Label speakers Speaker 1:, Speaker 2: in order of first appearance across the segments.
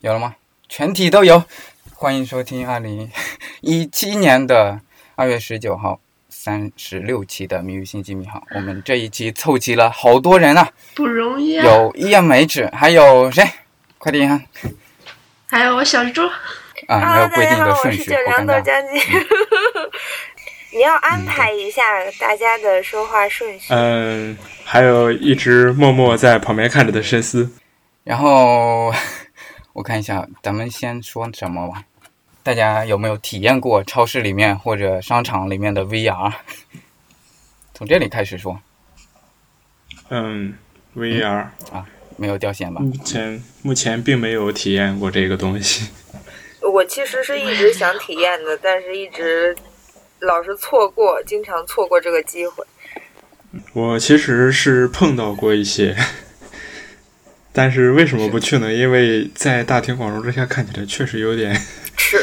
Speaker 1: 有了吗？全体都有。欢迎收听二零 一七年的二月十九号三十六期的《谜语星际迷航》。我们这一期凑齐了好多人啊，
Speaker 2: 不容易啊！
Speaker 1: 有 EMH，还有谁？快点啊！
Speaker 2: 还有我小猪，
Speaker 1: 啊，没有规定
Speaker 3: 大家
Speaker 1: 的
Speaker 3: 好，我
Speaker 1: 顺
Speaker 3: 是
Speaker 1: 序，
Speaker 3: 九
Speaker 1: 好尴
Speaker 3: 娘豆
Speaker 1: 尬。
Speaker 3: 浆机。
Speaker 1: 嗯
Speaker 3: 你要安排一下大家的说话顺序。
Speaker 4: 嗯，还有一直默默在旁边看着的深思。
Speaker 1: 然后 我看一下，咱们先说什么吧？大家有没有体验过超市里面或者商场里面的 VR？从这里开始说，
Speaker 4: 嗯，VR
Speaker 1: 没有掉 线吧？
Speaker 4: 目前目前并没有体验过这个东西。
Speaker 1: 嗯
Speaker 3: 我其实是一直想体验的，但是一直老是错过，经常错过这个机会。
Speaker 4: 我其实是碰到过一些， 但是为什么不去呢？因为在大庭广众之下看起来确实有点
Speaker 3: 尺，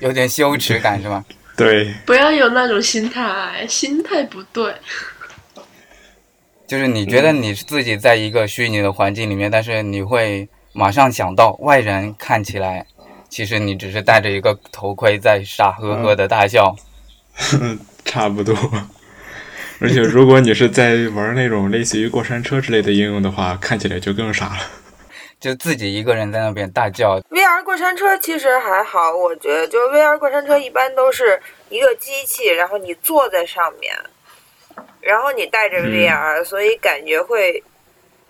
Speaker 1: 有点羞耻感是吧？
Speaker 4: 对。
Speaker 2: 不要有那种心态，心态不对。
Speaker 1: 就是你觉得你是自己在一个虚拟的环境里面，但是你会马上想到外人看起来，其实你只是戴着一个头盔在傻呵呵的大笑。
Speaker 4: 嗯，差不多。 而且，如果你是在玩那种类似于过山车之类的应用的话，看起来就更傻了。
Speaker 1: 就自己一个人在那边大叫，
Speaker 3: VR 过山车其实还好，我觉得就 VR 过山车一般都是一个机器，然后你坐在上面，然后你带着
Speaker 1: 嗯
Speaker 3: VR，、所以感觉会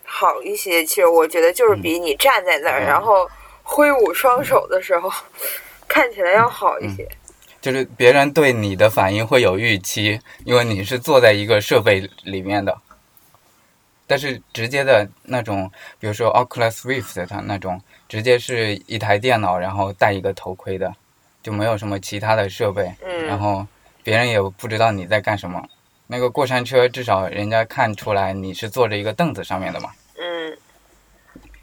Speaker 3: 好一些。其实我觉得就是比你站在那儿、
Speaker 1: 嗯
Speaker 3: 然后挥舞双手的时候、看起来要好
Speaker 1: 嗯
Speaker 3: 一些。
Speaker 1: 就是别人对你的反应会有预期，因为你是坐在一个设备里面的。但是直接的那种，比如说 Oculus Rift 它那种，直接是一台电脑，然后戴一个头盔的，就没有什么其他的设备。
Speaker 3: 嗯
Speaker 1: 然后别人也不知道你在干什么。那个过山车至少人家看出来你是坐着一个凳子上面的嘛。
Speaker 3: 嗯，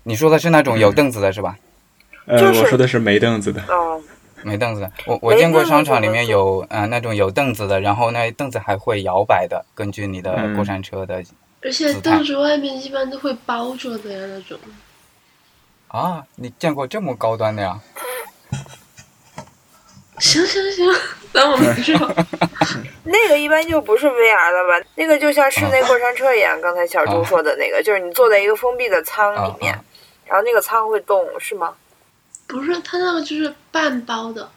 Speaker 1: 你说的是那种有凳子的是吧？
Speaker 4: 呃，
Speaker 3: 就是
Speaker 4: 我说的是没凳子的。
Speaker 3: 哦，
Speaker 1: 没凳子的，我我
Speaker 3: 没
Speaker 1: 见过
Speaker 3: 凳子
Speaker 1: 商场
Speaker 3: 怎
Speaker 1: 里
Speaker 3: 么
Speaker 1: 面
Speaker 3: 坐
Speaker 1: 有嗯、呃那种有凳子的，然后那凳子还会摇摆的，根据你的
Speaker 4: 嗯
Speaker 1: 过山车的、
Speaker 2: 而且凳子外面一般都会包着的呀，那种。
Speaker 1: 啊，你见过这么高端的呀？
Speaker 2: 行行 行，等我们去吧。
Speaker 3: 那个一般就不是 VR 了吧？那个就像室
Speaker 1: 哦
Speaker 3: 内过山车一样，刚才小
Speaker 1: 啊
Speaker 3: 猪说的那个，就是你坐在一个封闭的舱
Speaker 1: 啊
Speaker 3: 里面，
Speaker 1: 啊
Speaker 3: 然后那个舱会动，是吗？
Speaker 2: 不是，它那个就是半包的。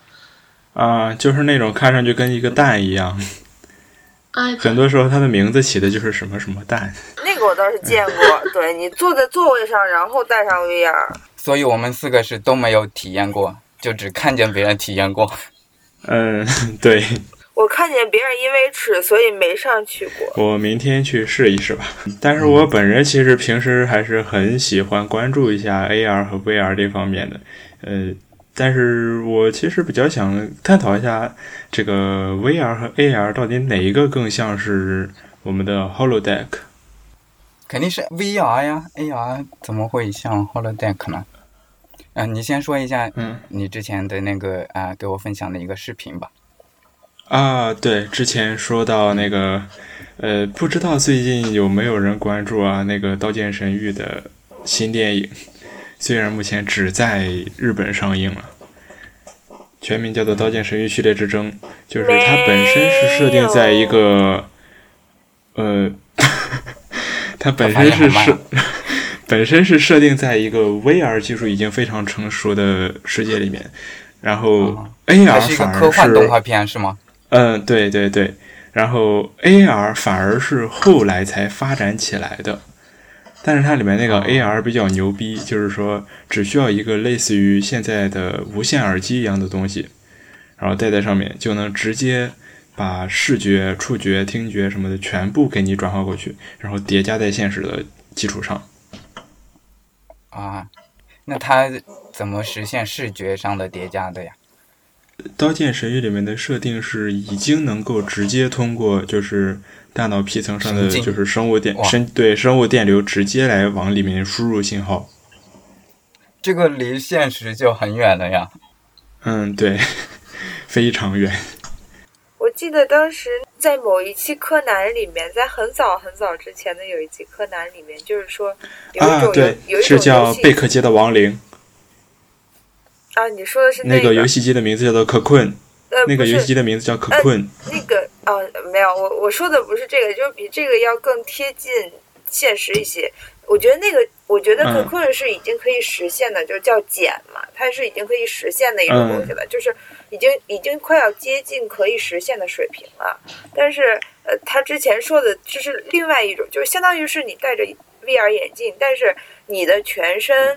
Speaker 4: 啊，就是那种看上去跟一个蛋一样，
Speaker 2: 哎，
Speaker 4: 很多时候它的名字起的就是什么什么蛋。
Speaker 3: 那个我倒是见过，对你坐在座位上，然后戴上 VR，
Speaker 1: 所以我们四个是都没有体验过，就只看见别人体验过。
Speaker 4: 嗯， 对，
Speaker 3: 我看见别人因为尺，所以没上去过。
Speaker 4: 我明天去试一试吧。但是我本人其实平时还是很喜欢关注一下 AR 和 VR 这方面的，呃，但是我其实比较想探讨一下这个 VR 和 AR 到底哪一个更像是我们的 Holodeck。
Speaker 1: 肯定是 VR 呀，AR 怎么会像 Holodeck 呢？嗯、你先说一下
Speaker 4: 嗯
Speaker 1: 你之前的那个啊、给我分享的一个视频吧。
Speaker 4: 啊，对，之前说到那个，呃，不知道最近有没有人关注啊？那个《刀剑神域》的新电影，虽然目前只在日本上映了，全名叫做《刀剑神域：序列之争》，就是它本身是设定在一个，呃， 它本身是
Speaker 1: 反应
Speaker 4: 设，本身是设定在一个 VR 技术已经非常成熟的世界里面，然后 AR
Speaker 1: 哦它是一个
Speaker 4: 反而
Speaker 1: 科幻
Speaker 4: 是
Speaker 1: 动画片是吗？
Speaker 4: 嗯，对对对，然后 AR 反而是后来才发展起来的，但是它里面那个 AR 比较牛逼，就是说只需要一个类似于现在的无线耳机一样的东西，然后戴在上面就能直接把视觉、触觉、听觉什么的全部给你转化过去，然后叠加在现实的基础上。
Speaker 1: 啊，那它怎么实现视觉上的叠加的呀？
Speaker 4: 《刀剑神域》里面的设定是已经能够直接通过就是大脑皮层上的
Speaker 1: 神经
Speaker 4: 就是生物电
Speaker 1: 哇
Speaker 4: 生对生物电流直接来往里面输入信号。
Speaker 1: 这个离现实就很远了呀。
Speaker 4: 嗯，对， 非常远。
Speaker 3: 我记得当时在某一期柯南里面，在很早很早之前的有一期柯南里面，就是说有一
Speaker 4: 啊
Speaker 3: 种，游、
Speaker 4: 对
Speaker 3: 有，一种
Speaker 4: 是叫
Speaker 3: 游戏
Speaker 4: 贝克街的亡灵。
Speaker 3: 啊，你说的是
Speaker 4: 那
Speaker 3: 个
Speaker 4: 个游戏机的名字叫做可困，
Speaker 3: 呃，
Speaker 4: 那个
Speaker 3: 不
Speaker 4: 游
Speaker 3: 是
Speaker 4: 戏机的名字叫可
Speaker 3: 呃
Speaker 4: 困。
Speaker 3: 那个啊，没有，我我说的不是这个，就是比这个要更贴近现实一些。我觉得那个，我觉得可
Speaker 4: 嗯
Speaker 3: 困是已经可以实现的，就叫减嘛，它是已经可以实现的一种东西了，就是已经已经快要接近可以实现的水平了。但是呃，他之前说的就是另外一种，就是相当于是你戴着 VR 眼镜，但是你的全身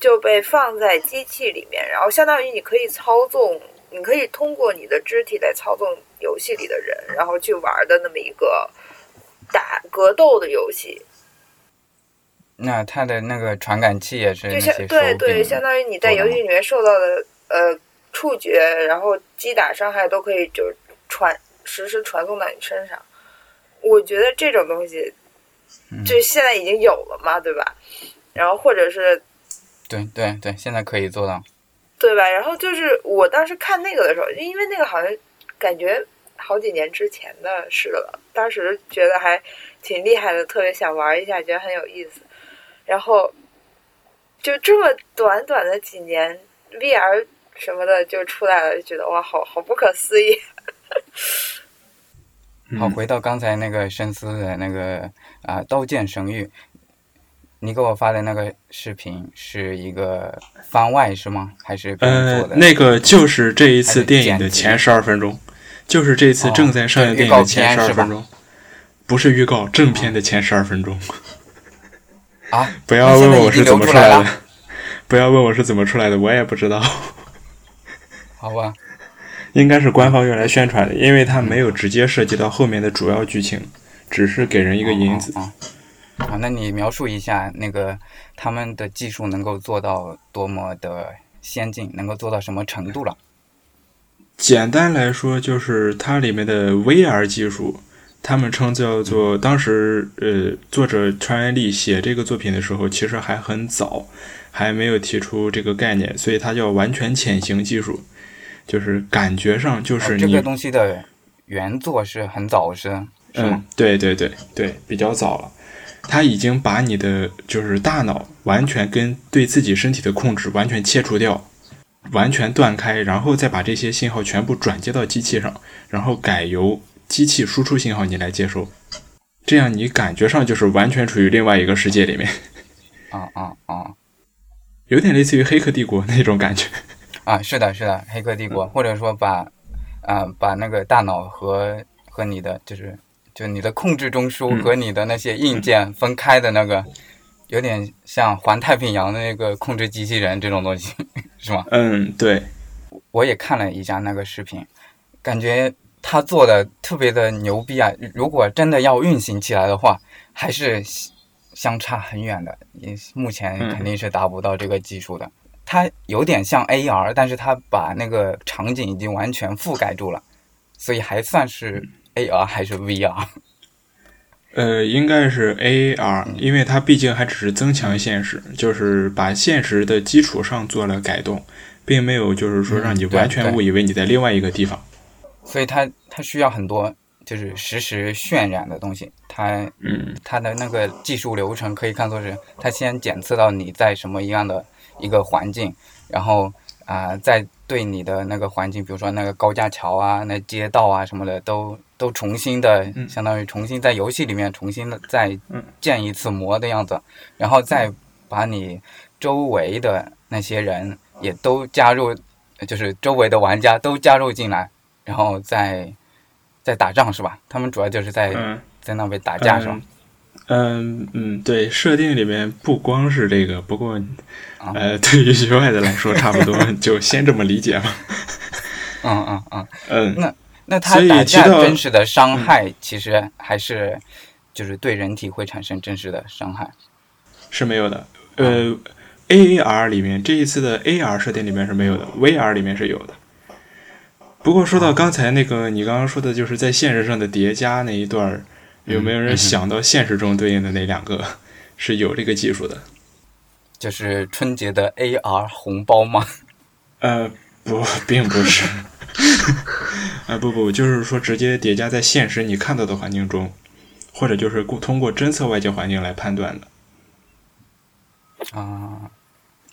Speaker 3: 就被放在机器里面，然后相当于你可以操纵，你可以通过你的肢体来操纵游戏里的人，然后去玩的那么一个打格斗的游戏，
Speaker 1: 那它的那个传感器也是那
Speaker 3: 就
Speaker 1: 些
Speaker 3: 像
Speaker 1: 手柄，
Speaker 3: 对对，相当于你在游戏里面受到的呃触觉，然后击打伤害都可以就传实时传送到你身上。我觉得这种东西
Speaker 1: 嗯
Speaker 3: 就现在已经有了嘛，对吧？然后或者是
Speaker 1: 对对对，现在可以做到。
Speaker 3: 对吧？然后就是我当时看那个的时候，因为那个好像感觉好几年之前的事了，当时觉得还挺厉害的，特别想玩一下，觉得很有意思。然后就这么短短的几年，VR 什么的就出来了，就觉得哇，好好不可思议。
Speaker 1: 好，
Speaker 4: 嗯，
Speaker 1: 回到刚才那个深思的那个啊、刀剑神域》，你给我发的那个视频是一个番外是吗？还是别人
Speaker 4: 呃
Speaker 1: 做的？，
Speaker 4: 那个就是这一
Speaker 1: 还
Speaker 4: 次
Speaker 1: 是
Speaker 4: 电影
Speaker 1: 剪
Speaker 4: 的
Speaker 1: 辑
Speaker 4: 前十二分钟，就是这次
Speaker 1: 哦
Speaker 4: 正在上映
Speaker 1: 就
Speaker 4: 的
Speaker 1: 是预
Speaker 4: 电影
Speaker 1: 告
Speaker 4: 的前
Speaker 1: 片
Speaker 4: 十二
Speaker 1: 是吧哦
Speaker 4: 分钟，不是预告，正片的前十二分钟。
Speaker 1: 啊，
Speaker 4: 不要
Speaker 1: 那现
Speaker 4: 问
Speaker 1: 在
Speaker 4: 我
Speaker 1: 已经
Speaker 4: 是怎
Speaker 1: 流
Speaker 4: 么
Speaker 1: 出
Speaker 4: 出来
Speaker 1: 来
Speaker 4: 的
Speaker 1: 了，，
Speaker 4: 不要问我是怎么出来的，我也不知道，
Speaker 1: 好吧？
Speaker 4: 应该是官方用来宣传的，因为它没有直接涉及到后面的主要剧情，只是给人一个引子。
Speaker 1: 啊、哦哦那你描述一下那个他们的技术能够做到多么的先进，能够做到什么程度了？
Speaker 4: 简单来说，就是它里面的 VR 技术，他们称叫
Speaker 1: 嗯
Speaker 4: 做当时呃作者川原丽写这个作品的时候，其实还很早，还没有提出这个概念，所以它叫完全潜行技术，就是感觉上就
Speaker 1: 哦
Speaker 4: 是
Speaker 1: 这
Speaker 4: 你
Speaker 1: 个东西的原作是很早是是吗
Speaker 4: 嗯？，对对对对，比较早了。他已经把你的就是大脑完全跟对自己身体的控制完全切除掉，完全断开，然后再把这些信号全部转接到机器上，然后改由机器输出信号你来接收，这样你感觉上就是完全处于另外一个世界里面，
Speaker 1: 啊啊啊
Speaker 4: 有点类似于《黑客帝国》那种感觉。
Speaker 1: 啊！是的，是的，《黑客帝国》或者说把啊、把那个大脑和和你的就是就你的控制中枢
Speaker 4: 嗯
Speaker 1: 和你的那些硬件分开的那个，有点像环太平洋的那个控制机器人这种东西 是吗？
Speaker 4: 嗯，对，
Speaker 1: 我也看了一下那个视频，感觉他做的特别的牛逼啊！如果真的要运行起来的话，还是相相差很远的，也目前
Speaker 4: 嗯
Speaker 1: 肯定是达不到这个技术的。它有点像 AR，但是它把那个场景已经完全覆盖住了，所以还算是 AR 还是 VR？
Speaker 4: 呃，应该是 AR，
Speaker 1: 嗯
Speaker 4: 因为它毕竟还只是增强现实，就是把现实的基础上做了改动，并没有就是说让你
Speaker 1: 嗯对
Speaker 4: 完全
Speaker 1: 对
Speaker 4: 误以为你在另外一个地方。
Speaker 1: 所以它它需要很多就是实时渲染的东西，它
Speaker 4: 嗯，
Speaker 1: 它的那个技术流程可以看作是，它先检测到你在什么样的一个环境，然后啊、再对你的那个环境，比如说那个高架桥啊、那街道啊什么的，都都重新的，
Speaker 4: 嗯
Speaker 1: 相当于重新在游戏里面重新的再
Speaker 4: 嗯
Speaker 1: 建一次模的样子，然后再把你周围的那些人也都加入，就是周围的玩家都加入进来，然后再再打仗是吧？他们主要就是在、
Speaker 4: 嗯，
Speaker 1: 在那边打架是吧？
Speaker 4: 嗯嗯，对，设定里面不光是这个，不过
Speaker 1: 啊
Speaker 4: 呃，对于局外的来说，差不多就先这么理解吧。
Speaker 1: 嗯嗯嗯，
Speaker 4: 嗯，
Speaker 1: 那
Speaker 4: 所
Speaker 1: 他
Speaker 4: 以嗯
Speaker 1: 打
Speaker 4: 提
Speaker 1: 架
Speaker 4: 到
Speaker 1: 真实的伤害，其实还是就是对人体会产生真实的伤害。
Speaker 4: 是没有
Speaker 1: 啊
Speaker 4: 的。呃，AR 里面这一次的 AR 设定里面是没有的，VR 里面是有的。不过
Speaker 1: 啊
Speaker 4: 说到刚才那个，你刚刚说的就是在现实上的叠加那一段儿，有没
Speaker 1: 嗯
Speaker 4: 有
Speaker 1: 嗯
Speaker 4: 人
Speaker 1: 哼
Speaker 4: 想到现实中对应的那两个 是有这个技术的？
Speaker 1: 就是春节的 AR 红包吗？
Speaker 4: 呃，不，并不是。啊，不不，就是说直接叠加在现实你看到的环境中，或者就是过通过侦测外界环境来判断的。
Speaker 1: 啊、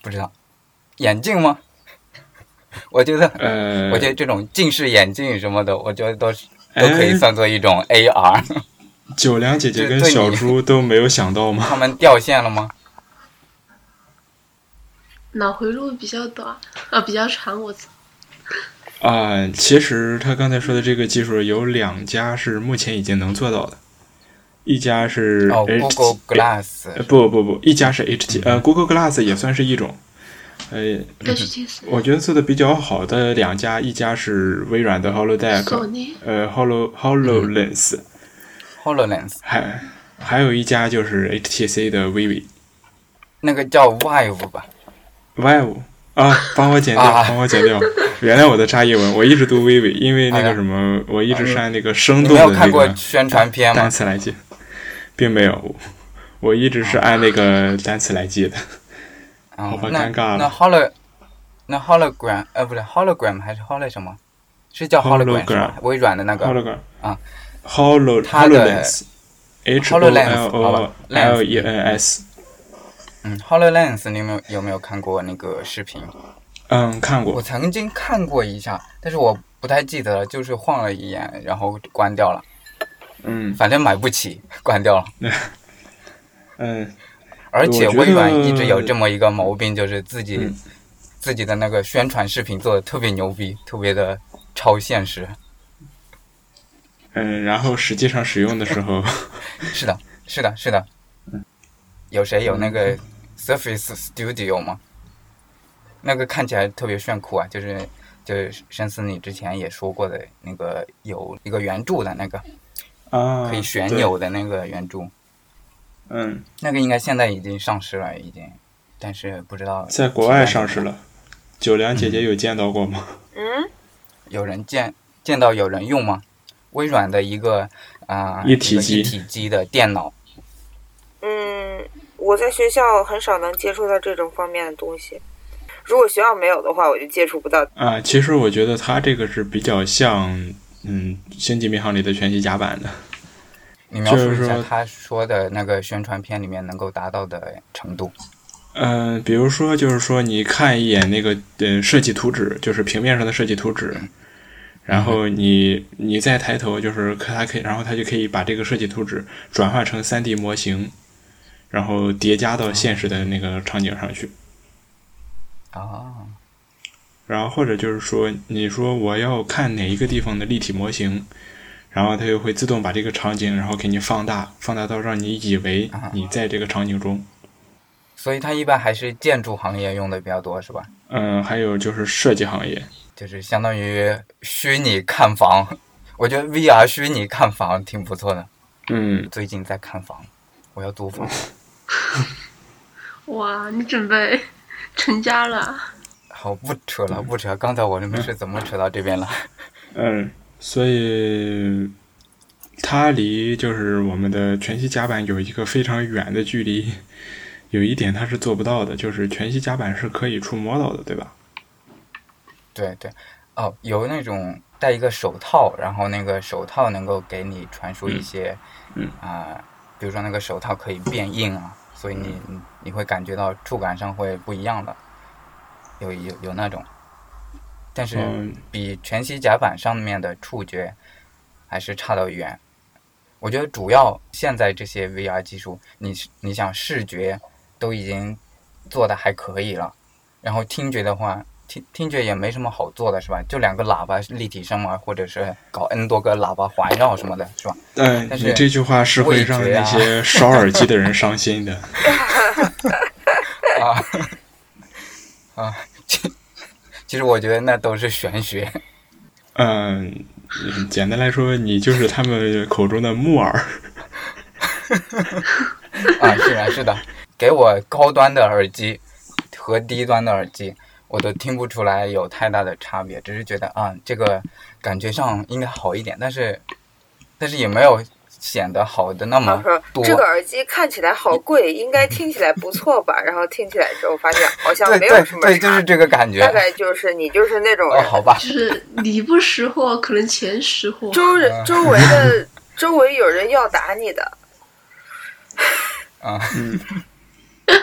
Speaker 1: 不知道，眼镜吗？ 我觉得，
Speaker 4: 呃，
Speaker 1: 我觉得这种近视眼镜什么的，我觉得都是都
Speaker 4: 哎
Speaker 1: 可以算作一种 AR。
Speaker 4: 九良姐姐
Speaker 1: 这
Speaker 4: 跟
Speaker 1: 对
Speaker 4: 小
Speaker 1: 你
Speaker 4: 猪都没有想到吗？
Speaker 1: 他们掉线了吗？
Speaker 2: 脑回路比较短啊，比较长。我操，
Speaker 4: 啊、其实他刚才说的这个技术有两家是目前已经能做到的，一家是
Speaker 1: 哦
Speaker 4: H-
Speaker 1: ，Google Glass
Speaker 4: 哎呃不不不，一家是 HT，呃，Google Glass 也算是一种。呃，
Speaker 2: 但是这次
Speaker 4: 我觉得做的比较好的两家，一家是微软的
Speaker 2: 索
Speaker 4: Holodeck，
Speaker 2: 尼
Speaker 4: 呃，Holo Hololens，、
Speaker 1: HoloLens
Speaker 4: 还还有一家就是 HTC 的 Vive
Speaker 1: 那个叫 Vive 吧？
Speaker 4: Vive 啊，帮我剪掉，
Speaker 1: 啊
Speaker 4: 帮我剪掉。原来我的差异文，我一直读 Vive，因为那
Speaker 1: 好
Speaker 4: 个
Speaker 1: 的
Speaker 4: 什么，我一直删那个生
Speaker 1: 你
Speaker 4: 动
Speaker 1: 没有
Speaker 4: 的那
Speaker 1: 看过
Speaker 4: 个
Speaker 1: 宣传片吗
Speaker 4: 单？词来记，并没有，我一直是按那个单词来记的。
Speaker 1: 啊
Speaker 4: 好吧，
Speaker 1: 那
Speaker 4: 尴尬了
Speaker 1: 那 Holo 那 Hologram 呃不是 Hologram 还是 Holo 什么？是叫 Hologram 是吧
Speaker 4: Hologram
Speaker 1: 微软的那个
Speaker 4: Hologram
Speaker 1: 啊
Speaker 4: ，Holo
Speaker 1: 它的
Speaker 4: Hololens，H O L
Speaker 1: HoloLens，好
Speaker 4: O
Speaker 1: 吧
Speaker 4: L E N S，
Speaker 1: 嗯，HoloLens 你有没有有没有看过那个视频？
Speaker 4: 嗯，看
Speaker 1: 我
Speaker 4: 过，
Speaker 1: 曾经看过一下，但是我不太记得了，就是晃了一眼，然后关掉了。
Speaker 4: 嗯
Speaker 1: 反正买不起，关掉了。
Speaker 4: 嗯，
Speaker 1: 而且
Speaker 4: 我觉得
Speaker 1: 微软一直有这么一个毛病，就是自己、
Speaker 4: 嗯
Speaker 1: 自己的那个宣传视频做的特别牛逼，特别的超现实。
Speaker 4: 嗯，然后实际上使用的时 候，
Speaker 1: 是的，是的，是的。
Speaker 4: 嗯
Speaker 1: 有谁有那个 Surface Studio 吗？那个看起来特别炫酷啊，就是就是深思你之前也说过的那个有一个圆柱的那个
Speaker 4: 啊，
Speaker 1: 可以旋
Speaker 4: 对，
Speaker 1: 钮的那个圆柱，
Speaker 4: 嗯，
Speaker 1: 那个应该现在已经上市了，已经，但是不知道
Speaker 4: 在国外上市了。九良姐姐有见到过吗？
Speaker 3: 嗯，
Speaker 1: 有人见见到有人用吗？微软的一个啊、
Speaker 4: 一体机
Speaker 1: 一个一体机的电脑，
Speaker 3: 嗯，我在学校很少能接触到这种方面的东西。如果学校没有的话，我就接触不到。
Speaker 4: 啊，其实我觉得它这个是比较像，嗯，《星际迷航》里的全息甲板的。
Speaker 1: 你描述
Speaker 4: 就是
Speaker 1: 一下
Speaker 4: 说
Speaker 1: 他说的那个宣传片里面能够达到的程度。
Speaker 4: 嗯、比如说，就是说你看一眼那个呃设计图纸，就是平面上的设计图纸，然后你你再抬头，就是可它可以，然后它就可以把这个设计图纸转换成 3D 模型，然后叠加到现实的那个场景上去。
Speaker 1: 啊，
Speaker 4: 然后或者就是说，你说我要看哪一个地方的立体模型，然后它就会自动把这个场景，然后给你放大，放大到让你以为你在这个场景中。
Speaker 1: 所以它一般还是建筑行业用的比较多，是吧？
Speaker 4: 嗯，还有就是设计行业，
Speaker 1: 就是相当于虚拟看房， 我觉得 VR 虚拟看房挺不错的。
Speaker 4: 嗯，
Speaker 1: 最近在看房，我要租房。
Speaker 2: 哇，你准备成家了？啊
Speaker 1: 好，不扯了，不扯。刚才我们是怎么扯到这边了？
Speaker 4: 嗯，所以它离就是我们的全息甲板有一个非常远的距离。 有一点它是做不到的，就是全息甲板是可以触摸到的，对吧？
Speaker 1: 对对，哦，有那种戴一个手套，然后那个手套能够给你传输一些，
Speaker 4: 嗯
Speaker 1: 啊、比如说那个手套可以变硬啊，所以你你你会感觉到触感上会不一样的，有有有那种，但是
Speaker 4: 嗯
Speaker 1: 比全息甲板上面的触觉还是差得远。我觉得主要现在这些 VR 技术，你是你想视觉都已经做的还可以了，然后听觉的话，听听觉也没什么好做的是吧？就两个喇叭立体声啊，或者是搞 N 多个喇叭环绕什么的，是吧？
Speaker 4: 嗯，
Speaker 1: 但
Speaker 4: 你
Speaker 1: 是
Speaker 4: 这句话是会
Speaker 1: 味
Speaker 4: 让
Speaker 1: 觉
Speaker 4: 那
Speaker 1: 啊
Speaker 4: 些烧耳机的人伤心的。
Speaker 1: 啊啊，其其实我觉得那都是玄学。
Speaker 4: 嗯，简单来说，你就是他们口中的木耳。
Speaker 1: 啊，是的，是的，给我高端的耳机和低端的耳机，我都听不出来有太大的差别，只是觉得啊，这个感觉上应该好一点，但是但是也没有显得好的那么
Speaker 3: 他说
Speaker 1: 嗯多。
Speaker 3: 这个耳机看起来好贵，应该听起来不错吧？然后听起来之后发现好像
Speaker 1: 对
Speaker 3: 没有
Speaker 1: 对
Speaker 3: 什么
Speaker 1: 对，
Speaker 3: 差
Speaker 1: 就是这个感觉
Speaker 3: 大。概就是你就是那种
Speaker 1: 哦，好吧
Speaker 2: 就，是你不识货，可能钱识货。
Speaker 3: 周
Speaker 1: 嗯
Speaker 3: 人周围的周围有人要打你的，
Speaker 1: 啊，
Speaker 4: 嗯，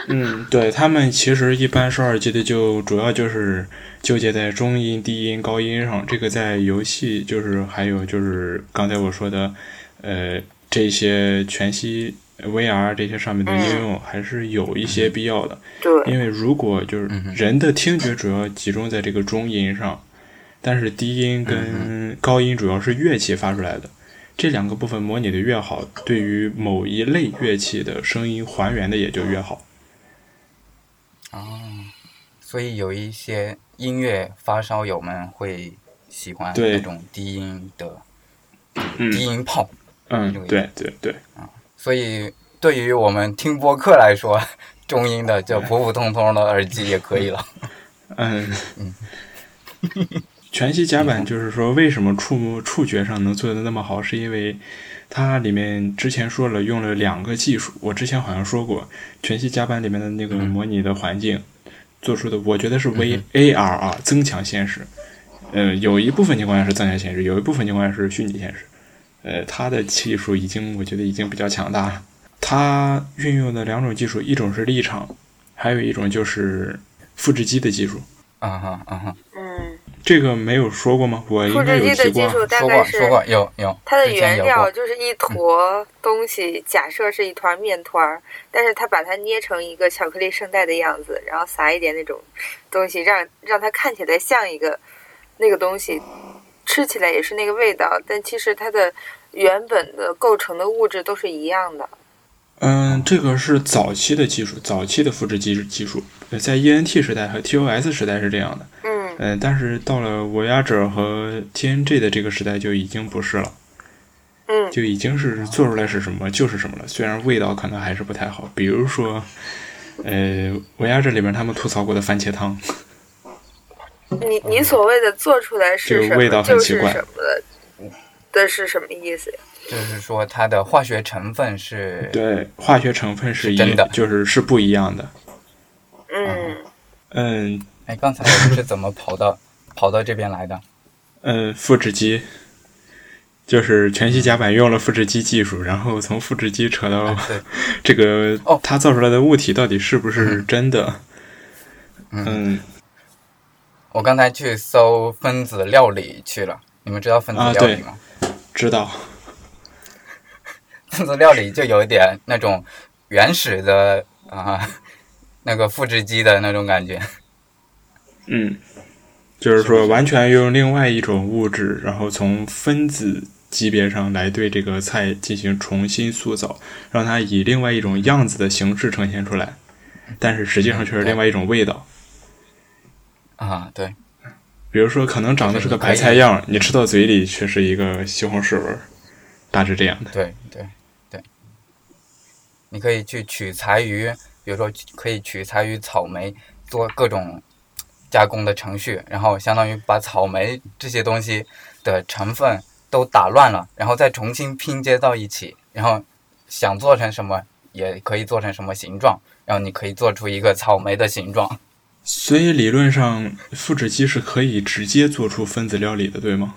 Speaker 4: 嗯，对他们其实一般说耳机的就主要就是纠结在中音、低音、高音上，这个在游戏就是还有就是刚才我说的，呃，这些全息 VR 这些上面的应用还是有一些必要的。
Speaker 3: 对，
Speaker 4: 因为如果就是
Speaker 1: 嗯哼
Speaker 4: 人的听觉主要集中在这个中音上，但是低音跟高音主要是乐器发出来的，这两个部分模拟的越好，对于某一类乐器的声音还原的也就越好。
Speaker 1: 所以有一些音乐发烧友们会喜欢
Speaker 4: 对
Speaker 1: 那种低音的
Speaker 4: 嗯
Speaker 1: 低音炮，
Speaker 4: 嗯，对对对，
Speaker 1: 所以对于我们听播客来说，中音的就普普通通的耳机也可以 了。
Speaker 4: 嗯。 全息甲板就是说，为什么触触觉上能做的那么好，是因为它里面之前说了用了两个技术，我之前好像说过，全息甲板里面的那个模拟的环境做出的，我觉得是 V A R 啊，增强现实。呃，有一部分情况下是增强现实，有一部分情况下是虚拟现实。呃，它的技术已经我觉得已经比较强大了。它运用的两种技术，一种是立场，还有一种就是复制机的技术。
Speaker 1: 嗯哼嗯哼，
Speaker 3: 嗯，
Speaker 4: 这个没有说过吗？
Speaker 3: 复
Speaker 4: 我应该
Speaker 3: 制
Speaker 4: 有
Speaker 3: 机的
Speaker 4: 提过
Speaker 3: 技
Speaker 4: 啊。
Speaker 3: 术大
Speaker 1: 说
Speaker 3: 概
Speaker 1: 过
Speaker 3: 是
Speaker 1: 说过有有，
Speaker 3: 它的
Speaker 1: 之前
Speaker 3: 原
Speaker 1: 有
Speaker 3: 料
Speaker 1: 过，
Speaker 3: 就是
Speaker 4: 嗯
Speaker 3: 一坨东西，假设是一团面团儿，但是它把它捏成一个巧克力圣代的样子，然后撒一点那种东西，让让它看起来像一个那个东西，吃起来也是那个味道，但其实它的原本的构成的物质都是一样的。
Speaker 4: 嗯，这个是早期的技术，早期的复制机技术，呃在 ENT 时代和 TOS 时代是这样的。
Speaker 3: 嗯，
Speaker 4: 嗯，但是到了我压者和 TNG 的这个时代就已经不是了，
Speaker 3: 嗯
Speaker 4: 就已经是做出来是什么就是什么了。虽然味道可能还是不太好，比如说，呃，我压者里面他们吐槽过的番茄汤，
Speaker 3: 你你所谓的做出来是
Speaker 4: 这
Speaker 3: 什
Speaker 4: 个
Speaker 3: 么，
Speaker 4: 味道很
Speaker 3: 就
Speaker 4: 奇
Speaker 3: 是
Speaker 4: 怪
Speaker 3: 什么的，的是什么意思呀？
Speaker 1: 就是说它的化学成分是
Speaker 4: 对，化学成分是一，
Speaker 1: 是真的
Speaker 4: 就是是不一样的。啊
Speaker 3: 嗯，
Speaker 4: 嗯
Speaker 1: 哎，刚才我们是怎么跑到跑到这边来 的？
Speaker 4: 嗯，复制机。就是全息甲板用了复制机技术，然后从复制机扯到
Speaker 1: 对，
Speaker 4: 这个
Speaker 1: 哎哦
Speaker 4: 它造出来的物体到底是不是真的？嗯
Speaker 1: 我刚才去搜分子料理去了。你们知道分子
Speaker 4: 啊
Speaker 1: 料
Speaker 4: 对
Speaker 1: 理吗？
Speaker 4: 知道。
Speaker 1: 分子料理就有一点那种原始的啊、那个复制机的那种感觉。
Speaker 4: 嗯，就是说完全用另外一种物质，然后从分子级别上来对这个菜进行重新塑造，让它以另外一种样子的形式呈现出来，但是实际上却是另外一种味道。
Speaker 1: 啊，对，
Speaker 4: 比如说，可能长得是个
Speaker 1: 你可以
Speaker 4: 白菜样，你吃到嘴里却是一个西红柿味儿，大致这样的。
Speaker 1: 对，对，对。你可以去取材于，比如说取可以取材于草莓，做各种加工的程序，然后相当于把草莓这些东西的成分都打乱了，然后再重新拼接到一起，然后想做成什么也可以做成什么形状，然后你可以做出一个草莓的形状。
Speaker 4: 所以理论上，复制机是可以直接做出分子料理的，对吗？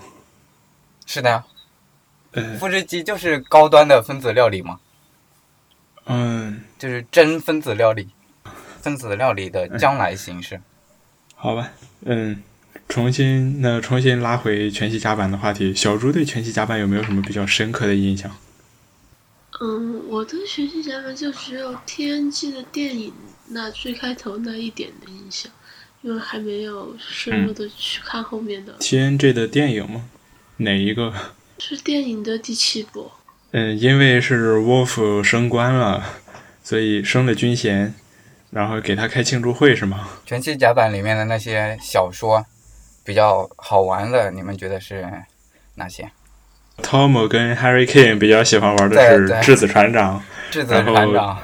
Speaker 1: 是的呀，
Speaker 4: 呃，
Speaker 1: 复制机就是高端的分子料理嘛，
Speaker 4: 嗯，
Speaker 1: 就是真分子料理，分子料理的将来形式。
Speaker 4: 好吧，嗯，重新那重新拉回全息甲板的话题，小猪对全息甲板有没有什么比较深刻的印象？
Speaker 2: 嗯，我对学习甲板就只有 TNG 的电影那最开头那一点的印象，因为还没有深入的去看后面的。
Speaker 4: TNG 的电影吗？哪一个？
Speaker 2: 是电影的第七部，
Speaker 4: 嗯，因为是 Wolf 升官了，所以升了军衔，然后给他开庆祝会是吗？
Speaker 1: 全息甲板里面的那些小说比较好玩的，你们觉得是哪些？
Speaker 4: Tom 跟 Harry Kane 比较喜欢玩的
Speaker 1: 对
Speaker 4: 是
Speaker 1: 对
Speaker 4: 质子船长
Speaker 1: 质子船
Speaker 4: 然
Speaker 1: 长、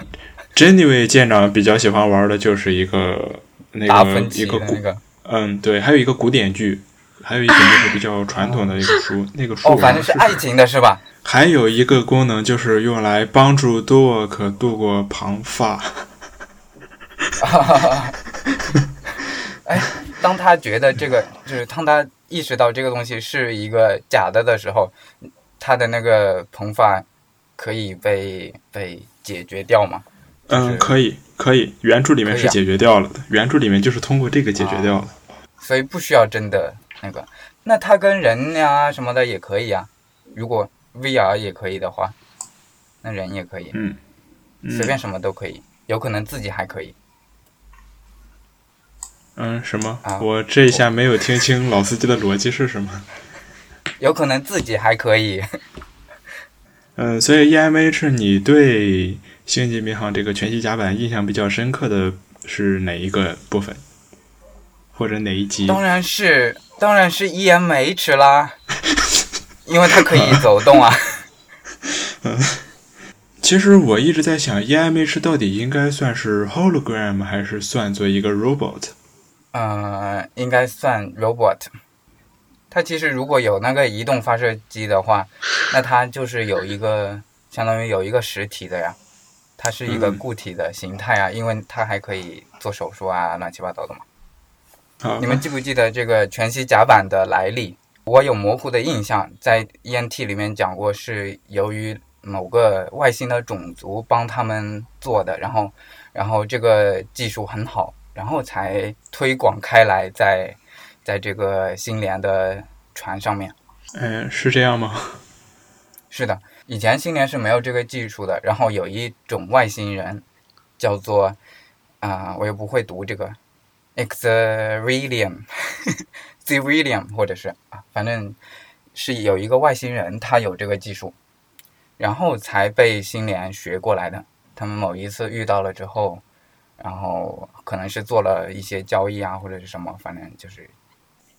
Speaker 4: ，Janeway 舰长比较喜欢玩的就是一个那
Speaker 1: 达
Speaker 4: 个
Speaker 1: 芬奇
Speaker 4: 一个
Speaker 1: 的
Speaker 4: 古
Speaker 1: 那个，
Speaker 4: 嗯，对，还有一个古典剧，还有一种就是比较传统的一个书，那个书
Speaker 1: 哦，
Speaker 4: 我
Speaker 1: 反
Speaker 4: 忘了
Speaker 1: 正是
Speaker 4: 是
Speaker 1: 爱情的是吧？
Speaker 4: 还有一个功能就是用来帮助 Dork 度过庞发。
Speaker 1: 哎，当他觉得这个，就是当他意识到这个东西是一个假的的时候，他的那个蓬发可以被被解决掉吗？就是
Speaker 4: 嗯，可以，可以，原著里面
Speaker 1: 可以
Speaker 4: 是
Speaker 1: 啊
Speaker 4: 解决掉了的，原著里面就是通过这个解决掉了。
Speaker 1: 所以不需要真的那个。那它跟人呀、什么的也可以啊，如果 VR 也可以的话，那人也可以，啊
Speaker 4: 嗯，嗯
Speaker 1: 随便什么都可以，有可能自己还可以。
Speaker 4: 嗯，什么？
Speaker 1: 啊
Speaker 4: 我这一下没有听清老司机的逻辑是什么。
Speaker 1: 有可能自己还可以，
Speaker 4: 嗯，所以 EMA 是你对《星际迷航》这个全息甲板印象比较深刻的是哪一个部分，或者哪一集？
Speaker 1: 当然是当然是 EMH 啦，因为它可以走动啊。
Speaker 4: 其实我一直在想，EMH ，E 到底应该算是 hologram 还是算作一个 robot？
Speaker 1: 嗯，应该算 robot。它其实如果有那个移动发射机的话，那它就是有一个相当于有一个实体的呀，它是一个
Speaker 4: 嗯
Speaker 1: 固体的形态啊，因为它还可以做手术啊，乱七八糟的嘛。
Speaker 4: 好，
Speaker 1: 你们记不记得这个全息甲板的来历？我有模糊的印象，在 ENT 里面讲过，是由于某个外星的种族帮他们做的，然后，然后这个技术很好，然后才推广开来在，在这个星联的船上面。
Speaker 4: 嗯，是这样吗？
Speaker 1: 是的，以前星联是没有这个技术的。然后有一种外星人，叫做啊、我也不会读这个 x e r i l i u m z e r i l i u m 或者是啊，反正是有一个外星人，他有这个技术，然后才被星联学过来的。他们某一次遇到了之后，然后可能是做了一些交易啊，或者是什么，反正就是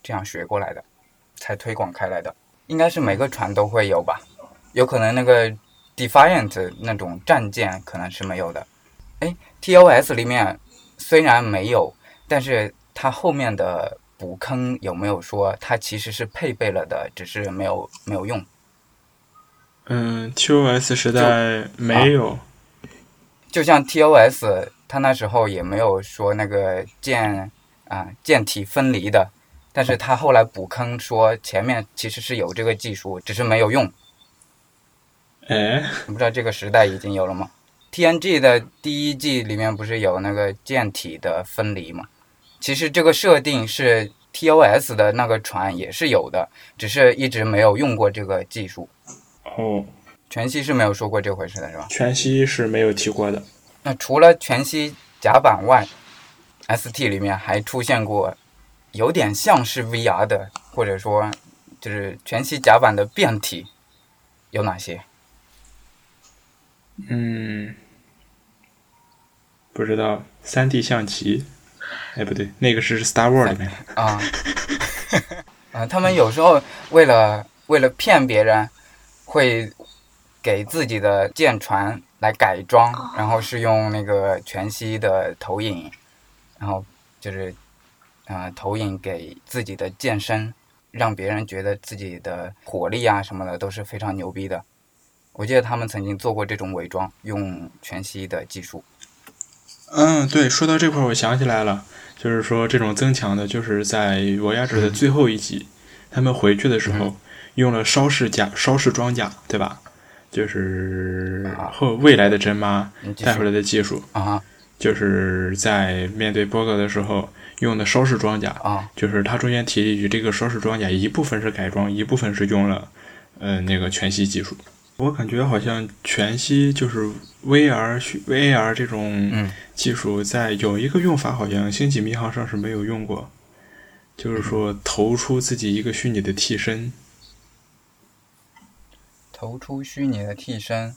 Speaker 1: 这样学过来的，才推广开来的。应该是每个船都会有吧。有可能那个 Defiant 那种战舰可能是没有的。哎，TOS 里面虽然没有，但是它后面的补坑有没有说它其实是配备了的，只是没有没有用？
Speaker 4: 嗯，TOS 时代没有。
Speaker 1: 啊就像 TOS，它那时候也没有说那个舰啊舰体分离的，但是它后来补坑说前面其实是有这个技术，只是没有用。
Speaker 4: 哎、
Speaker 1: 我不知道这个时代已经有了吗？TNG 的第一季里面不是有那个舰体的分离吗？其实这个设定是 TOS 的那个船也是有的，只是一直没有用过这个技术。
Speaker 4: 哦，
Speaker 1: 全息是没有说过这回事的是吧？
Speaker 4: 全息是没有提过的。
Speaker 1: 那除了全息甲板外，ST 里面还出现过有点像是 VR 的，或者说就是全息甲板的变体有哪些？
Speaker 4: 嗯，不知道三 D 象棋，哎，不对，那个是 Star War 里面的。
Speaker 1: 啊， 啊，他们有时候为了为了骗别人，会给自己的舰船来改装，然后是用那个全息的投影，然后就是呃投影给自己的舰身，让别人觉得自己的火力啊什么的都是非常牛逼的。我记得他们曾经做过这种伪装，用全息的技术。
Speaker 4: 嗯，对，说到这块儿，我想起来了，就是说这种增强的，就是在《我压制》的最后一集，他们回去的时候用了烧式甲、烧式装甲，对吧？就是
Speaker 1: 啊
Speaker 4: 后未来的真妈
Speaker 1: 你继
Speaker 4: 带回
Speaker 1: 续
Speaker 4: 来的技术，
Speaker 1: 啊
Speaker 4: 就是在面对波哥的时候用的烧式装甲。
Speaker 1: 啊
Speaker 4: 就是他中间提了一句，这个烧式装甲一部分是改装，一部分是用了，呃，那个全息技术。我感觉好像全息就是 VR 虚 VAR 这种
Speaker 1: 嗯
Speaker 4: 技术，在有一个用法，好像《星际迷航》上是没有用过，就是说投出自己一个虚拟的替身。
Speaker 1: 投出虚拟的替身。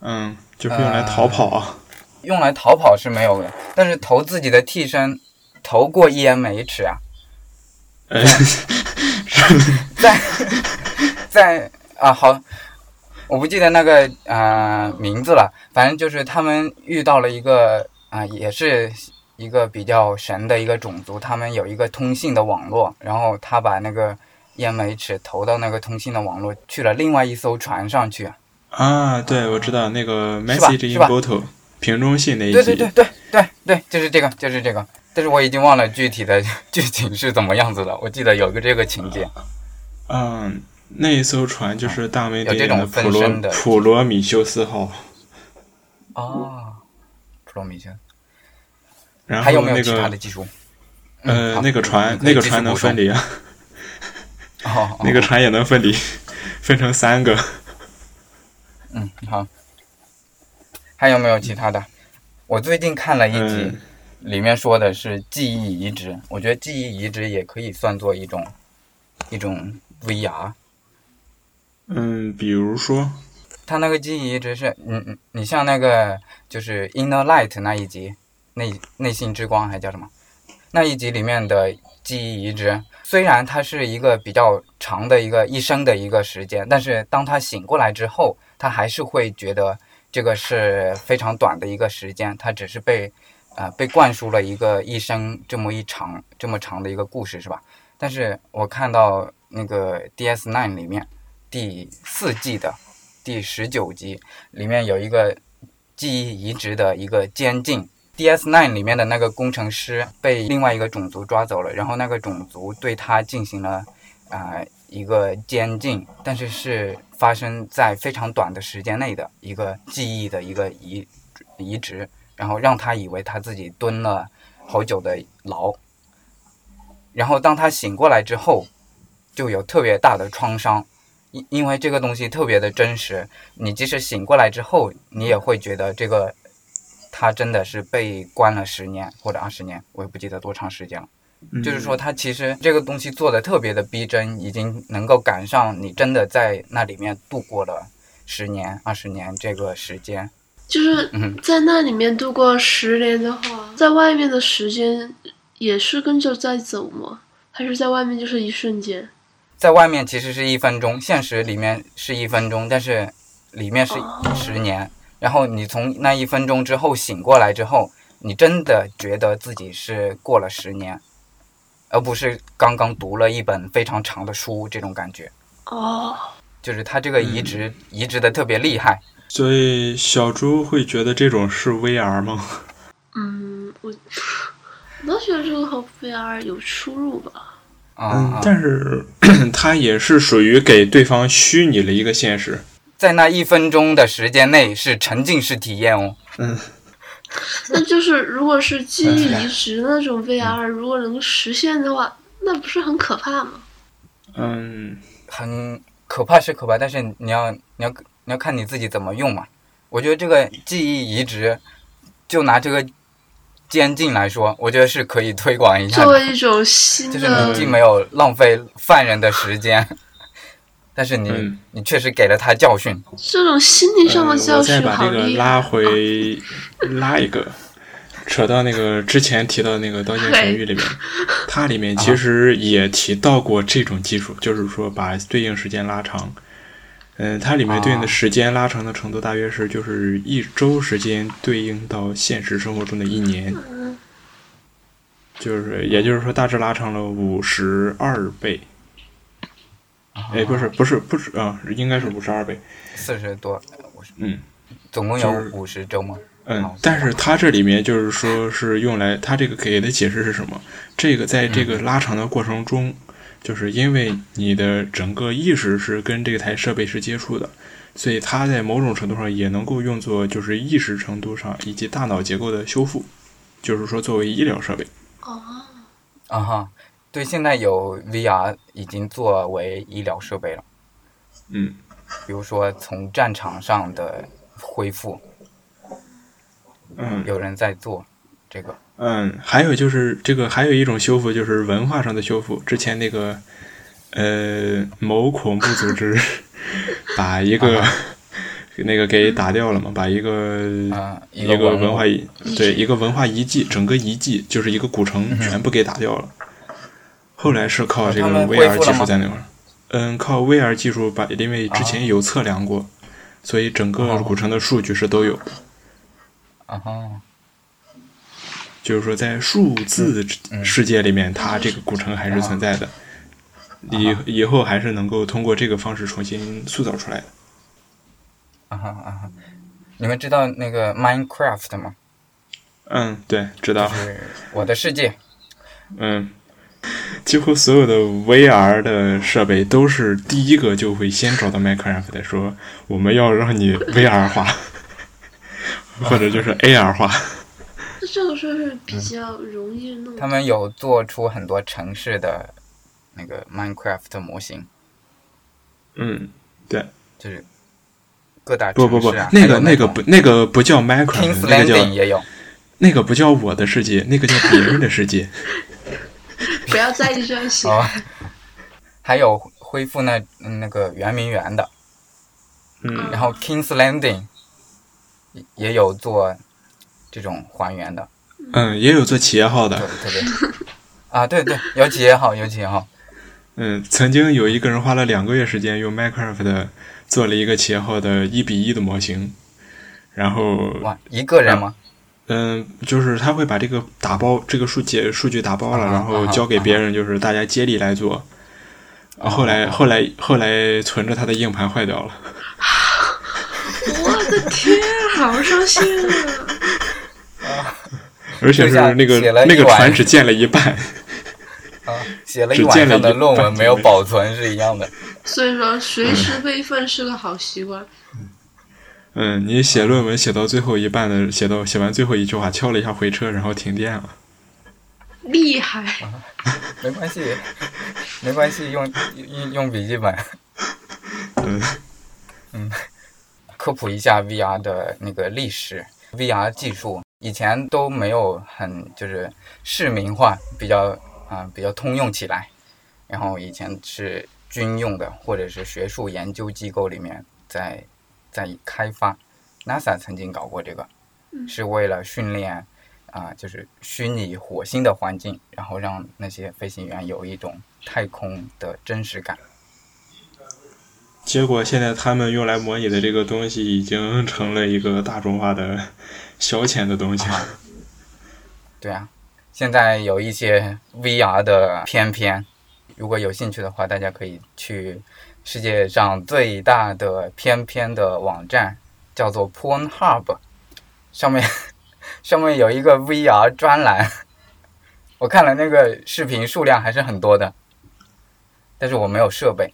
Speaker 4: 嗯，就是用来逃跑啊。
Speaker 1: 用来逃跑是没有的，但是投自己的替身，投过 EMH 啊，
Speaker 4: 呃，
Speaker 1: 在在啊好，我不记得那个啊名字了，反正就是他们遇到了一个啊、也是一个比较神的一个种族，他们有一个通信的网络，然后他把那个 EMH 投到那个通信的网络去了另外一艘船上去，
Speaker 4: 啊，对，我知道那个
Speaker 1: 是吧
Speaker 4: message in
Speaker 1: 是吧
Speaker 4: bottle 瓶中信那一集。
Speaker 1: 对对对对对对，就是这个，就是这个。但是我已经忘了具体的剧情是怎么样子了。我记得有个这个情节，
Speaker 4: 啊嗯，那一艘船就是大名鼎
Speaker 1: 啊
Speaker 4: 鼎
Speaker 1: 有这
Speaker 4: 的
Speaker 1: 种
Speaker 4: 普
Speaker 1: 分
Speaker 4: 罗
Speaker 1: 身的
Speaker 4: 普罗米修斯号。
Speaker 1: 哦，说明一下。
Speaker 4: 然
Speaker 1: 还
Speaker 4: 后
Speaker 1: 有没有
Speaker 4: 那
Speaker 1: 其他
Speaker 4: 个
Speaker 1: 的技术？嗯
Speaker 4: 呃，那个船，那个船能分，离啊，
Speaker 1: 哦好你可以继续补充哦，哦
Speaker 4: 那个船也能分离，分成三个。
Speaker 1: 嗯好。还有没有其他的？我最近看了一集
Speaker 4: 嗯，，
Speaker 1: 里面说的是记忆移植，我觉得记忆移植也可以算作一种一种 VR。
Speaker 4: 嗯，比如说，
Speaker 1: 它那个记忆移植是，你你你像那个就是 Inner Light 那一集，内内心之光还叫什么？那一集里面的记忆移植，虽然它是一个比较长的一个一生的一个时间，但是当他醒过来之后，他还是会觉得这个是非常短的一个时间，他只是被呃被灌输了一个一生这么一长这么长的一个故事，是吧？但是我看到那个 DS Nine 里面第四季的第十九集里面有一个记忆移植的一个监禁。DS9 里面的那个工程师被另外一个种族抓走了，然后那个种族对他进行了啊、呃一个监禁，但是是发生在非常短的时间内的一个记忆的一个移移植，然后让他以为他自己蹲了好久的牢，然后当他醒过来之后，就有特别大的创伤，因因为这个东西特别的真实，你即使醒过来之后，你也会觉得这个他真的是被关了十年或者二十年，我也不记得多长时间了。
Speaker 4: 嗯
Speaker 1: 就是说，，他其实这个东西做的特别的逼真，已经能够赶上你真的在那里面度过了十年、二十年这个时间。
Speaker 2: 就是
Speaker 1: 嗯
Speaker 2: 在那里面度过十年的话，在外面的时间也是跟着在走吗？还是在外面就是一瞬间？
Speaker 1: 在外面其实是一分钟，现实里面是一分钟，但是里面是
Speaker 2: 哦
Speaker 1: 十年。然后你从那一分钟之后醒过来之后，你真的觉得自己是过了十年，而不是刚刚读了一本非常长的书这种感觉。
Speaker 2: 哦，
Speaker 1: 就是它这个移植、移植的特别厉害，
Speaker 4: 所以小猪会觉得这种是 VR 吗？
Speaker 2: 嗯，我 我倒觉得这个和 VR 有出入吧。
Speaker 1: 啊、
Speaker 4: 嗯，但是 它也是属于给对方虚拟了一个现实。
Speaker 1: 在那一分钟的时间内是沉浸式体验哦。
Speaker 4: 嗯，
Speaker 2: 那就是如果是记忆
Speaker 4: 嗯
Speaker 2: 移植那种 VR，如果能实现的话，那不是很可怕吗？
Speaker 4: 嗯，
Speaker 1: 很可怕是可怕，但是你要你要你要看你自己怎么用嘛。我觉得这个记忆移植，就拿这个监禁来说，我觉得是可以推广一下
Speaker 2: 作
Speaker 1: 的，
Speaker 2: 为一种新
Speaker 1: 就是你
Speaker 2: 的
Speaker 1: 既没有浪费犯人的时间， 但是你、
Speaker 4: 嗯
Speaker 1: 你确实给了他教训。
Speaker 2: 这种心灵上的
Speaker 4: 呃
Speaker 2: 教
Speaker 4: 我再
Speaker 2: 训，
Speaker 4: 把
Speaker 2: 好
Speaker 4: 这个
Speaker 2: 厉害！啊
Speaker 4: 拉回，拉一个，扯到那个之前提到的那个《刀剑神域》里面，它里
Speaker 2: 啊
Speaker 4: 面其实也提到过这种技术，就是说把对应时间拉长。嗯，它里面对应的
Speaker 1: 啊
Speaker 4: 时间拉长的程度大约是就是一周时间对应到现实生活中的一年，
Speaker 2: 嗯
Speaker 4: 就是也就是说大致拉长了五十二倍。
Speaker 2: 啊
Speaker 4: 哎，不是，不是，不止啊、应该是五十二倍。
Speaker 1: 四十多，五十，
Speaker 4: 嗯，
Speaker 1: 总共有
Speaker 4: 就是
Speaker 1: 五十周吗？
Speaker 4: 嗯
Speaker 1: 好，
Speaker 4: 但是它这里面就是说是用来，它这个给的解释是什么？这个在这个拉长的过程中，就是因为你的整个意识是跟这台设备是接触的，所以它在某种程度上也能够用作就是意识程度上以及大脑结构的修复，就是说作为医疗设备。
Speaker 2: 哦，
Speaker 1: 啊哈，对，现在有 VR 已经作为医疗设备了，
Speaker 4: 嗯，
Speaker 1: 比如说从战场上的恢复，
Speaker 4: 嗯
Speaker 1: 有人在做这个。
Speaker 4: 嗯，还有就是这个，还有一种修复就是文化上的修复。之前那个，呃，某恐怖组织 把一个、那个给打掉了嘛，把一个、
Speaker 1: 啊一
Speaker 4: 一
Speaker 1: 个文物
Speaker 4: 文化遗
Speaker 2: 遗
Speaker 4: 对
Speaker 2: 址
Speaker 4: 一个文化遗迹，整个遗迹就是一个古城全部给打掉了。后来是靠
Speaker 1: 哦
Speaker 4: 这
Speaker 1: 嗯他
Speaker 4: 个
Speaker 1: 们恢
Speaker 4: VR
Speaker 1: 复了
Speaker 4: 技术
Speaker 1: 吗
Speaker 4: 在那块儿，嗯，靠 VR 技术把，因为之前
Speaker 1: 啊
Speaker 4: 有测量过，所以整个
Speaker 1: 哦
Speaker 4: 古城的数据是都有的。
Speaker 1: 啊哈，
Speaker 4: 就是说在数字之
Speaker 1: 嗯
Speaker 4: 世界里面，它这个古城还是存在的，
Speaker 1: 啊
Speaker 4: 以以后还是能够通过这个方式重新塑造出来的。
Speaker 1: 啊哈啊哈，你们知道那个 Minecraft 吗？
Speaker 4: 嗯，对，知
Speaker 1: 就
Speaker 4: 道，
Speaker 1: 是我的世界。
Speaker 4: 嗯，几乎所有的 VR 的设备都是第一个就会先找到 Minecraft 的说我们要让你 VR 化，或者就是 AR 化。
Speaker 2: 这个说是比较容易弄。
Speaker 1: 嗯他们有做出很多城市的那个 Minecraft 模型，
Speaker 4: 嗯，对，
Speaker 1: 就是各大城
Speaker 4: 不
Speaker 1: 市、
Speaker 4: 不
Speaker 1: 啊、
Speaker 4: 不，
Speaker 1: 还有
Speaker 4: 个
Speaker 1: 那
Speaker 4: 那个不那个不叫 Minecraft，
Speaker 1: Kings
Speaker 4: 那个
Speaker 1: Landing
Speaker 4: 叫嗯
Speaker 1: 也有，
Speaker 4: 那个不叫我的世界，那个叫别人的世界。
Speaker 2: 不要在意这 些。
Speaker 1: 哦，还有恢复那那个圆明园的，
Speaker 4: 嗯
Speaker 1: 然后 Kings Landing 也也有做这种还原的，
Speaker 4: 嗯，也有做企业号
Speaker 1: 对
Speaker 4: 的。
Speaker 1: 特别啊，对对，有企业号，有企业号，
Speaker 4: 嗯，曾经有一个人花了两个月时间用 Minecraft 做了一个企业号的一比一的模型，然后
Speaker 1: 哇，一个人吗？
Speaker 4: 嗯，就是他会把这个打包这个数解数据打包了，
Speaker 1: 啊哈
Speaker 4: 然后交给别人，就是大家接力来做。啊后来后来后来存着他的硬盘坏掉了。
Speaker 2: 我的天，好伤心啊！
Speaker 4: 而且是那个
Speaker 1: 就像写了一
Speaker 4: 那个
Speaker 1: 晚
Speaker 4: 船只建了一半，
Speaker 1: 啊，写了一
Speaker 4: 只
Speaker 1: 晚
Speaker 4: 建了
Speaker 1: 上的
Speaker 4: 一
Speaker 1: 论
Speaker 4: 半
Speaker 1: 文没有
Speaker 4: 左右
Speaker 1: 保存是一样的。
Speaker 2: 所以说，
Speaker 1: 嗯
Speaker 2: 随时备份是个好习惯。
Speaker 4: 嗯，你写论文写到最后一半的，写到写完最后一句话，敲了一下回车，然后停电了。
Speaker 2: 厉害，
Speaker 1: 没关系，没关系，用用用笔记本。
Speaker 4: 嗯
Speaker 1: 嗯，科普一下 VR 的那个历史，VR 技术以前都没有很就是市民化，比较啊、比较通用起来。然后以前是军用的，或者是学术研究机构里面在在开发。NASA 曾经搞过这个，是为了训练啊，就是虚拟火星的环境，然后让那些飞行员有一种太空的真实感。
Speaker 4: 结果现在他们用来模拟的这个东西已经成了一个大众化的消遣的东西了。
Speaker 1: 啊对啊，现在有一些 VR 的片片，如果有兴趣的话，大家可以去世界上最大的片片的网站，叫做 Pornhub，上面上面有一个 VR 专栏，我看了那个视频数量还是很多的，但是我没有设备。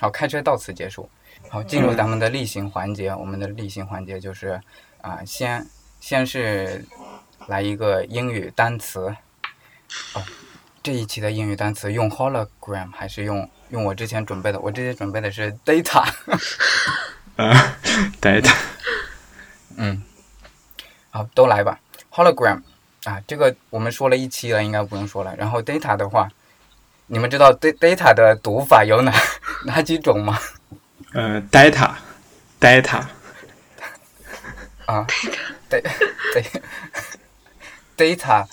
Speaker 1: 好，开车到此结束。好，进入咱们的例行环节，我们的例行环节就是啊、先先是来一个英语单词。哦，这一期的英语单词用 hologram 还是用用我之前准备的？我之前准备的是 data。
Speaker 4: 啊，呆的，
Speaker 1: 嗯，好，都来吧。hologram 啊，这个我们说了一期了，应该不用说了。然后 data 的话，你们知道 da- data 的读法有哪 哪几种吗？
Speaker 4: 呃，呆塔，呆塔，
Speaker 1: 啊，da- da-，data、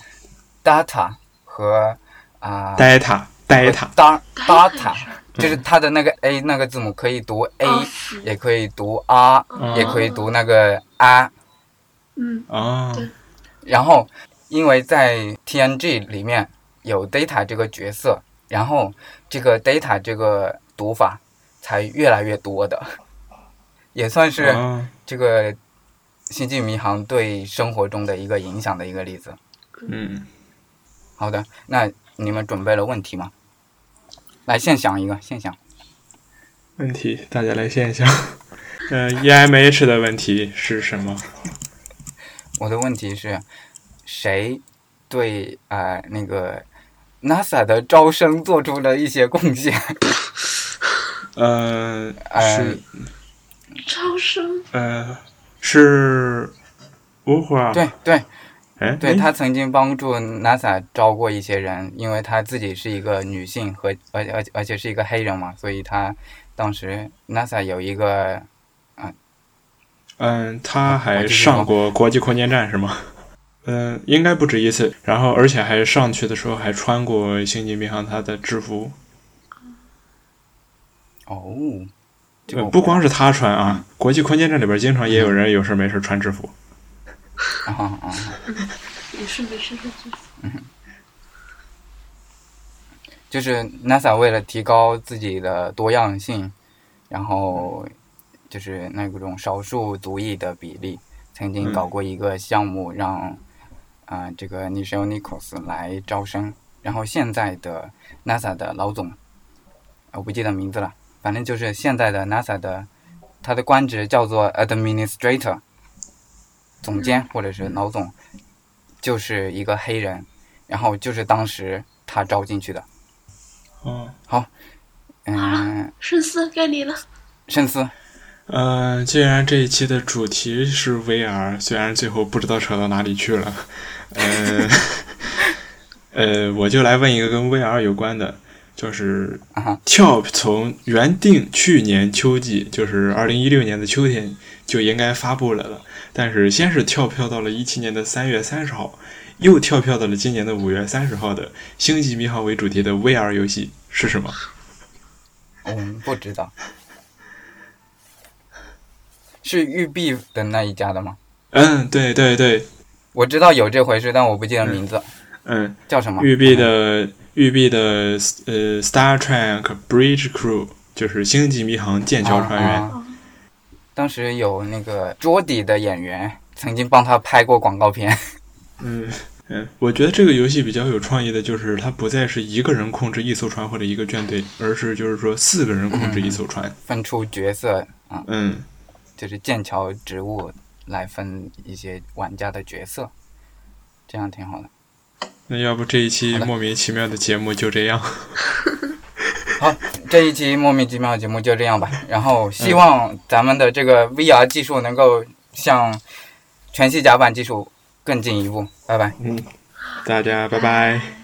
Speaker 1: data 和啊、
Speaker 4: 呆塔，呆塔，
Speaker 1: 搭搭
Speaker 2: 塔
Speaker 1: 塔，就是它的那个 a 那个字母可以读 a，、
Speaker 2: 哦
Speaker 1: 也可以读 r，、
Speaker 4: 嗯
Speaker 1: 哎也可以读那个 r。
Speaker 2: 嗯，
Speaker 4: 哦，
Speaker 1: 然后，因为在 TNG 里面有 Data 这个角色，然后这个 Data 这个读法才越来越多的，也算是
Speaker 4: 哦
Speaker 1: 这个《星际迷航》对生活中的一个影响的一个例子。
Speaker 4: 嗯，
Speaker 1: 好的，那你们准备了问题吗？来，现想一个，现想。
Speaker 4: 问题，大家来现象。呃，EMH 的问题是什么？
Speaker 1: 我的问题是，谁对啊、呃那个 NASA 的招生做出了一些贡献？
Speaker 4: 呃，
Speaker 1: 呃
Speaker 4: 是
Speaker 2: 招生
Speaker 4: 呃，是芜湖啊？
Speaker 1: 对，对
Speaker 4: 哎，
Speaker 1: 对，
Speaker 4: 哎
Speaker 1: 他曾经帮助 NASA 招过一些人，因为他自己是一个女性和而而而且是一个黑人嘛，所以他当时 NASA 有一个
Speaker 4: 嗯，他
Speaker 1: 我
Speaker 4: 还
Speaker 1: 继续
Speaker 4: 上
Speaker 1: 说
Speaker 4: 过国际空间站是吗？嗯，应该不止一次。然后，而且还上去的时候还穿过《星际迷航》他的制服。
Speaker 1: 哦，这
Speaker 4: 呃
Speaker 1: 个我
Speaker 4: 不光是他穿啊，国际空间站里边经常也有人有事没事穿制服。
Speaker 1: 啊啊啊
Speaker 2: 也是没事的，
Speaker 1: 就是 NASA 为了提高自己的多样性，然后就是那种少数族裔的比例，曾经搞过一个项目让，啊、这个 n i c h e l Nichols 来招生，然后现在的 NASA 的老总，呃我不记得名字了，反正就是现在的 NASA 的他的官职叫做 Administrator，总监或者是老总就是一个黑人，然后就是当时他招进去的。
Speaker 4: 哦，
Speaker 1: 嗯，
Speaker 2: 深思该你了，
Speaker 1: 深思，
Speaker 4: 呃，既然这一期的主题是 VR，虽然最后不知道扯到哪里去了，呃，呃，我就来问一个跟 VR 有关的，就是
Speaker 1: 啊哈
Speaker 4: 跳从原定去年秋季，就是二零一六年的秋天就应该发布了的，但是先是跳票到了一七年的三月三十号，又跳票到了今年的五月三十号的《星际迷航》为主题的 VR 游戏是 什么？
Speaker 1: 嗯，不知道，是育碧的那一家的吗？
Speaker 4: 嗯，对对对，
Speaker 1: 我知道有这回事，但我不记得名字，
Speaker 4: 嗯，
Speaker 1: 叫什么？
Speaker 4: 育碧的育碧的呃《Star Trek Bridge Crew》就是《星际迷航：剑桥船员》
Speaker 1: 啊啊当时有那个桌底的演员曾经帮他拍过广告片，
Speaker 4: 嗯嗯，我觉得这个游戏比较有创意的就是它不再是一个人控制一艘船或者一个舰队，而是就是说四个人控制一艘船。
Speaker 1: 分出角色啊、
Speaker 4: 嗯
Speaker 1: 就是剑桥职务来分一些玩家的角色，这样挺好的。
Speaker 4: 那要不这一期
Speaker 1: 好的
Speaker 4: 莫名其妙的节目就这样。
Speaker 1: 好，这一期莫名其妙的节目就这样吧。然后希望咱们的这个 VR 技术能够向全息甲板技术更进一步。拜拜。
Speaker 4: 大家拜拜。